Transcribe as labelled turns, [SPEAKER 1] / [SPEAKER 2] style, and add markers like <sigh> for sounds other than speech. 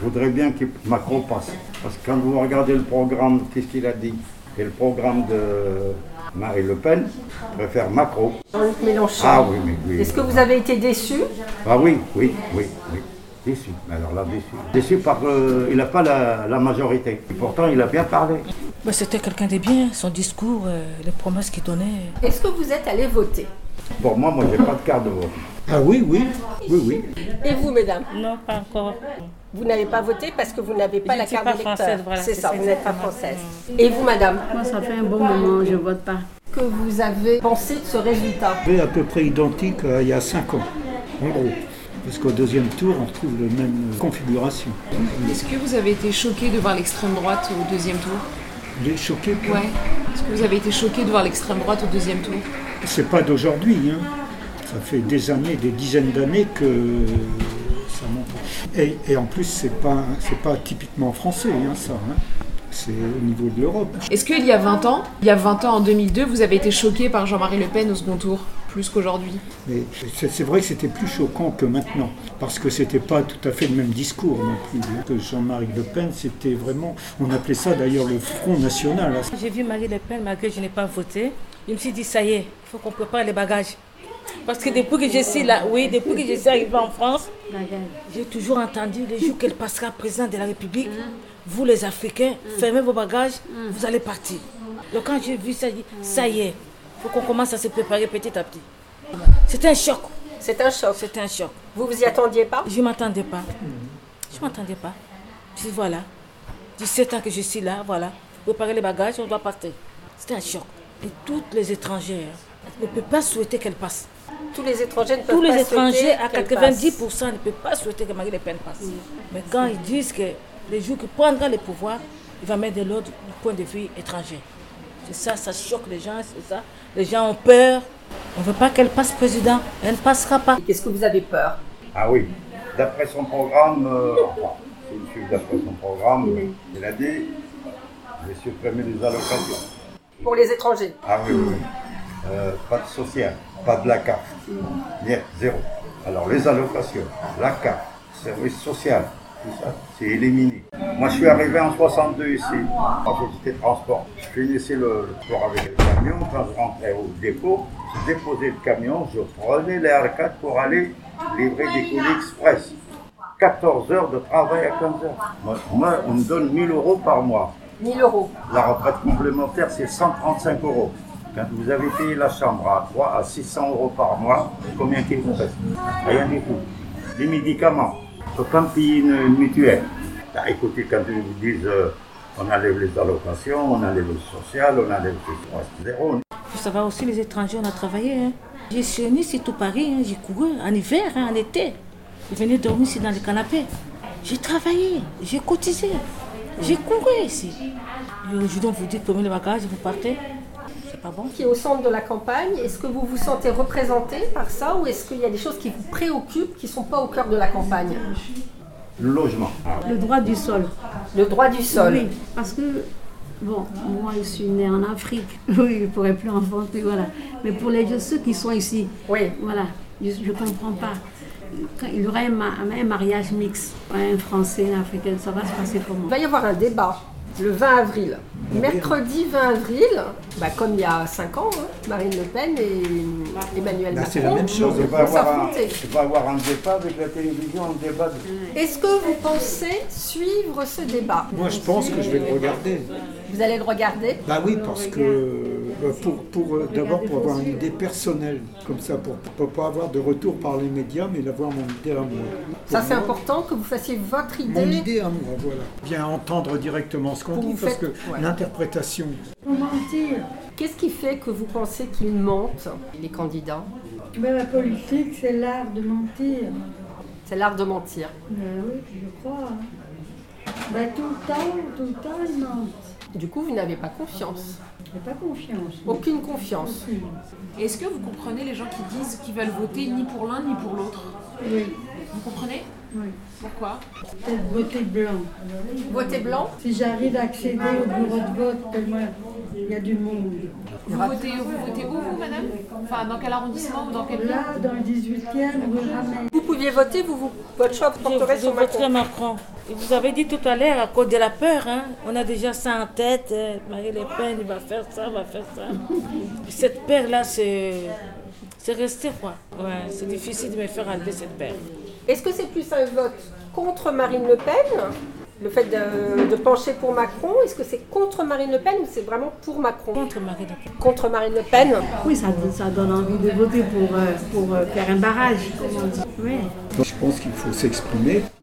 [SPEAKER 1] Je voudrais bien que Macron passe. Parce que quand vous regardez le programme, qu'est-ce qu'il a dit Et le programme de Marie Le Pen, je préfère Macron.
[SPEAKER 2] Jean-Luc Mélenchon.
[SPEAKER 1] Ah oui, mais oui.
[SPEAKER 2] Est-ce que vous avez été déçu
[SPEAKER 1] Ah oui, oui, oui, oui. Déçu. Mais Alors là, déçu. Déçu par. euh, il n'a pas la, la majorité. Et pourtant, il a bien parlé.
[SPEAKER 3] Bah, C'était quelqu'un de bien, son discours, euh, les promesses qu'il donnait.
[SPEAKER 2] Est-ce que vous êtes allé voter
[SPEAKER 1] Pour moi, moi, j'ai pas de carte de vote.
[SPEAKER 4] Ah oui, oui.
[SPEAKER 1] Oui, oui.
[SPEAKER 2] Et vous, mesdames
[SPEAKER 5] Non, pas encore.
[SPEAKER 2] Vous n'avez pas voté parce que vous n'avez pas
[SPEAKER 5] Je
[SPEAKER 2] la
[SPEAKER 5] ne suis
[SPEAKER 2] carte
[SPEAKER 5] pas
[SPEAKER 2] d'électeur.
[SPEAKER 5] française, voilà,
[SPEAKER 2] c'est
[SPEAKER 5] c'est
[SPEAKER 2] ça,
[SPEAKER 5] ça,
[SPEAKER 2] vous n'êtes pas française. Et vous, madame
[SPEAKER 6] Moi, ça fait un bon moment, je vote pas.
[SPEAKER 2] Que vous avez pensé de ce résultat
[SPEAKER 4] C'est à peu près identique à il y a 5 ans, en gros. Parce qu'au deuxième tour, on retrouve la même configuration.
[SPEAKER 7] Est-ce que vous avez été choqué de voir l'extrême droite au deuxième tour
[SPEAKER 4] Les choqués, quoi.
[SPEAKER 7] Ouais. Est-ce que vous avez été choqué de voir l'extrême droite au deuxième tour
[SPEAKER 4] c'est pas d'aujourd'hui. hein. Ça fait des années, des dizaines d'années que ça monte. Et, et en plus, c'est pas, c'est pas typiquement français, hein, ça. hein. C'est au niveau de l'Europe.
[SPEAKER 7] Est-ce qu'il y a 20 ans, il y a 20 ans en 2002, vous avez été choqué par Jean-Marie Le Pen au second tour plus qu'aujourd'hui
[SPEAKER 4] Mais c'est c'est vrai que c'était plus choquant que maintenant, parce que c'était pas tout à fait le même discours non plus. hein. Que Jean-Marie Le Pen, c'était vraiment, on appelait ça d'ailleurs le Front National. hein.
[SPEAKER 3] J'ai vu Marie Le Pen, malgré que je n'ai pas voté, je me suis dit, ça y est, il faut qu'on prépare les bagages. Parce que depuis que je suis là, oui, depuis que je suis arrivée en France, j'ai toujours entendu le jour qu'elle passera présidente de la République, vous les Africains, fermez vos bagages, vous allez partir. Donc quand j'ai vu ça, j'ai dit, ça y est, il faut qu'on commence à se préparer petit à petit. C'était un choc,
[SPEAKER 2] C'est un choc.
[SPEAKER 3] c'était un choc.
[SPEAKER 2] Vous vous y attendiez pas
[SPEAKER 3] Je ne m'attendais pas. Je ne m'attendais pas. Je dis voilà, 17 ans que je suis là, voilà. Préparer les bagages, on doit partir. C'était un choc. Et toutes les étrangères ne peuvent pas souhaiter qu'elle passe.
[SPEAKER 2] Tous les étrangers ne peuvent
[SPEAKER 3] Tous
[SPEAKER 2] pas
[SPEAKER 3] les
[SPEAKER 2] souhaiter
[SPEAKER 3] étrangers, à
[SPEAKER 2] qu'elle
[SPEAKER 3] 90%,
[SPEAKER 2] passe.
[SPEAKER 3] ne peuvent pas souhaiter que Marie Le Pen passe. Mais quand ils disent que le jour qu'il prendra le pouvoir, il va mettre de l'ordre du point de vue étranger. C'est ça, ça choque les gens, c'est ça. Les gens ont peur. On ne veut pas qu'elle passe président. Elle ne passera pas.
[SPEAKER 2] Qu'est-ce que vous avez peur
[SPEAKER 1] Ah oui. D'après son programme, euh, enfin, c'est une suite d'après son programme, il a dit je vais supprimer les allocations.
[SPEAKER 2] Pour les étrangers
[SPEAKER 1] Ah oui, oui. Euh, pas de social, pas de la CAF. Niet, zéro. Alors les allocations, la CAF, service social, tout ça, c'est éliminé. Moi je suis arrivé en 62 ici, en société de transport. Je finissais le, le tour avec le camion, quand je rentrais au dépôt, je déposais le camion, je prenais les R4 pour aller livrer des colis express. 14 heures de travail à 15 heures. Moi, moi, on me donne 1000 euros par mois.
[SPEAKER 2] 1000 euros.
[SPEAKER 1] La retraite complémentaire, c'est 135 euros. Quand vous avez payé la chambre à 3 à 600 euros par mois, combien qu'il vous reste Rien du tout. Les médicaments, faut quand payer une une mutuelle. Bah, écoutez, quand ils vous disent euh, on enlève les allocations, on enlève le social, on enlève le reste zéro.
[SPEAKER 3] faut savoir aussi, les étrangers, on a travaillé. hein. J'ai surni sur tout Paris, hein. j'ai couru en hiver, hein, en été. Je venais dormir ici dans le canapé. J'ai travaillé, j'ai cotisé, j'ai couru ici. Et aujourd'hui, on vous dit, prenez le bagage, vous partez. C'est pas bon.
[SPEAKER 2] Qui est au centre de la campagne, est-ce que vous vous sentez représenté par ça ou est-ce qu'il y a des choses qui vous préoccupent qui ne sont pas au cœur de la campagne
[SPEAKER 1] Le logement. Ah,
[SPEAKER 6] Le droit du sol.
[SPEAKER 2] Le droit du sol.
[SPEAKER 6] Oui, parce que, bon, moi, je suis née en Afrique. <laughs> Oui, je ne pourrais plus enfanter, voilà. Mais pour les ceux qui sont ici,
[SPEAKER 2] Oui.
[SPEAKER 6] voilà, je ne comprends pas. Quand il y aura un, ma- un mariage mixte, un Français, un Africain, ça va se passer comment
[SPEAKER 2] Il va y avoir un débat le 20 avril. Mercredi 20 avril, bah, comme il y a 5 ans, hein, Marine Le Pen et Emmanuel Macron
[SPEAKER 4] Là, Bah, c'est la même chose.
[SPEAKER 1] Il
[SPEAKER 2] vont
[SPEAKER 1] va y avoir un,
[SPEAKER 2] s'affronter.
[SPEAKER 1] il va y avoir un débat avec la télévision, un débat de...
[SPEAKER 2] Est-ce que vous pensez suivre ce débat
[SPEAKER 4] Moi, je pense que je vais le regarder.
[SPEAKER 2] Vous allez le regarder
[SPEAKER 4] Bah oui, parce que euh, pour, pour, euh, d'abord pour avoir une idée personnelle, comme ça, pour ne pas avoir de retour par les médias, mais d'avoir mon idée à moi.
[SPEAKER 2] Ça,
[SPEAKER 4] Pour
[SPEAKER 2] c'est
[SPEAKER 4] moi,
[SPEAKER 2] important que vous fassiez votre
[SPEAKER 4] Mon
[SPEAKER 2] idée.
[SPEAKER 4] idée à moi, voilà. Bien entendre directement ce qu'on
[SPEAKER 2] Vous
[SPEAKER 4] dit, parce que
[SPEAKER 2] faites- ouais.
[SPEAKER 4] l'interprétation,
[SPEAKER 2] Qu'est-ce qui fait que vous pensez qu'ils mentent, les candidats
[SPEAKER 8] Mais la politique, c'est l'art de mentir.
[SPEAKER 2] C'est l'art de mentir.
[SPEAKER 8] Ben oui, je crois. hein. Ben, tout le temps, tout le temps, ils mentent.
[SPEAKER 2] Du coup, vous n'avez pas confiance.
[SPEAKER 8] J'ai pas confiance.
[SPEAKER 2] Aucune confiance.
[SPEAKER 7] Est-ce que vous comprenez les gens qui disent qu'ils veulent voter ni pour l'un ni pour l'autre
[SPEAKER 8] Oui,
[SPEAKER 7] Vous comprenez Pourquoi
[SPEAKER 8] peut-être voter blanc.
[SPEAKER 2] Voter blanc
[SPEAKER 8] Si j'arrive à accéder au bureau de vote, tellement il y a du monde.
[SPEAKER 7] vous votez, vous votez où, vous, madame Enfin, dans quel arrondissement ou dans quel lieu
[SPEAKER 8] Là, dans le 18e, rue Ramel.
[SPEAKER 2] Vous pouviez voter, vous, vous- votre choix
[SPEAKER 3] Je,
[SPEAKER 2] porterait
[SPEAKER 3] je
[SPEAKER 2] sur
[SPEAKER 3] voterai
[SPEAKER 2] Macron.
[SPEAKER 3] Macron. Et vous avez dit tout à l'heure, à cause de la peur, hein, on a déjà ça en tête. euh, Marie Le Pen, il va faire ça, il va faire ça. Cette peur-là, c'est c'est resté, quoi. Ouais, c'est difficile de me faire enlever cette peur.
[SPEAKER 2] Est-ce que c'est plus un vote contre Marine Le Pen Le fait de, de pencher pour Macron, est-ce que c'est contre Marine Le Pen ou c'est vraiment pour Macron
[SPEAKER 3] Contre Marie Le Pen.
[SPEAKER 2] Contre Marine Le Pen
[SPEAKER 6] Oui, ça, ça donne envie de voter pour, euh, pour euh, faire un barrage, comme on dit. Oui.
[SPEAKER 4] Donc, je pense qu'il faut s'exprimer.